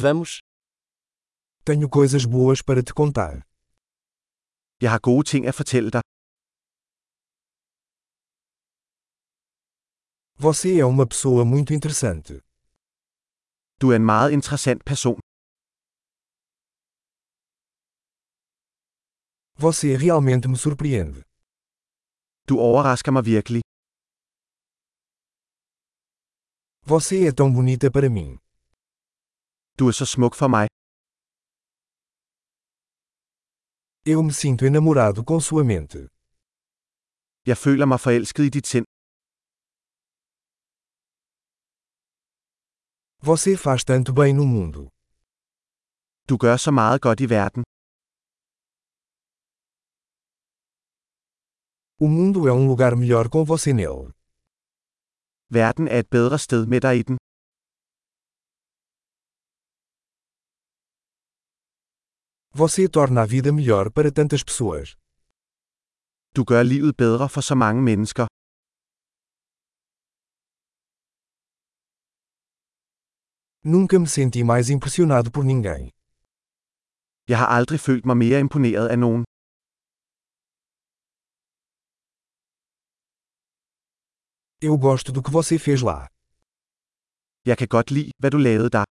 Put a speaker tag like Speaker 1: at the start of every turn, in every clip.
Speaker 1: Vamos.
Speaker 2: Tenho coisas boas para te contar.
Speaker 3: Jeg har gode ting at fortælle dig.
Speaker 2: Você é uma pessoa muito interessante.
Speaker 3: Du er en meget interessant person.
Speaker 2: Você realmente me surpreende.
Speaker 3: Du overrasker mig virkelig.
Speaker 2: Você é tão bonita para mim.
Speaker 3: Du er så smuk for mig.
Speaker 2: Eu me sinto enamorado com sua mente.
Speaker 3: Jeg føler mig forelsket i dit sind.
Speaker 2: Você faz tanto bem no mundo.
Speaker 3: Du gør så meget godt i verden.
Speaker 2: O mundo é um lugar melhor com você nele.
Speaker 3: Verden er et bedre sted med dig i den.
Speaker 2: Você torna a vida melhor para tantas pessoas.
Speaker 3: Du gør livet bedre for så mange mennesker.
Speaker 2: Nunca me senti mais impressionado por ninguém.
Speaker 3: Jeg har aldrig følt mig mere imponeret af nogen.
Speaker 2: Eu gosto do que você fez lá.
Speaker 3: Jeg kan godt lide, hvad du lavede der.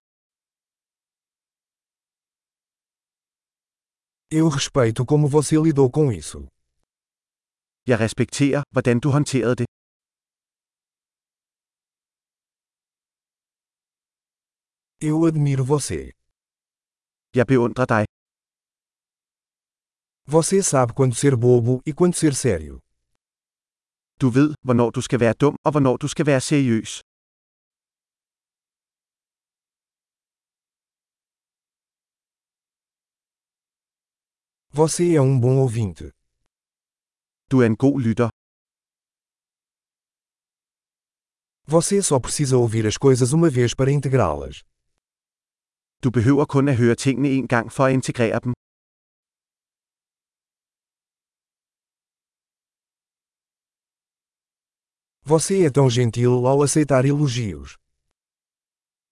Speaker 2: Eu respeito como você lidou com isso.
Speaker 3: Jeg respekterer, hvordan du håndterede det.
Speaker 2: Eu admiro você.
Speaker 3: Jeg beundrer dig.
Speaker 2: Você sabe quando ser bobo e quando ser sério.
Speaker 3: Du ved, hvornår du skal være dum og hvornår du skal være seriøs.
Speaker 2: Você é um bom ouvinte.
Speaker 3: Du er en god lytter.
Speaker 2: Você só precisa ouvir as coisas uma vez para integrá-las.
Speaker 3: Du behøver kun at høre tingene en gang for at integrere dem.
Speaker 2: Você é tão gentil ao aceitar elogios.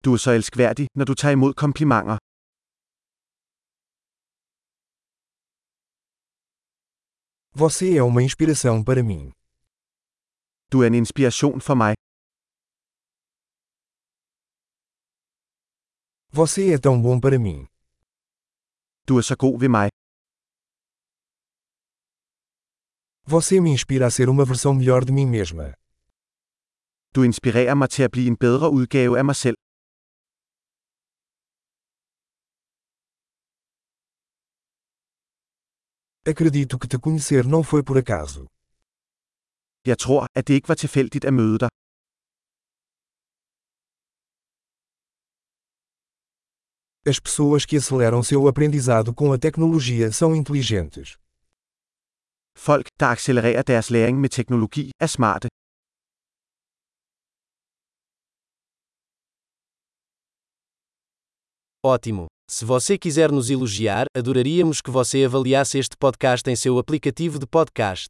Speaker 3: Du er så elskværdig, når du tager imod komplimenter.
Speaker 2: Você é uma inspiração para mim.
Speaker 3: Du er en inspiration for mig.
Speaker 2: Você é tão bom para mim.
Speaker 3: Du er så god ved mig.
Speaker 2: Você me inspira a ser uma versão melhor de mim mesma.
Speaker 3: Du inspirerer mig til at blive en bedre udgave af mig selv.
Speaker 2: Acredito que te conhecer não foi por acaso.
Speaker 3: Jeg tror, at det ikke var tilfældigt at møde dig.
Speaker 2: As pessoas que aceleram seu aprendizado com a tecnologia são inteligentes.
Speaker 3: Folk, der accelererer deres læring med teknologi, er smarte.
Speaker 1: Ótimo. Se você quiser nos elogiar, adoraríamos que você avaliasse este podcast em seu aplicativo de podcast.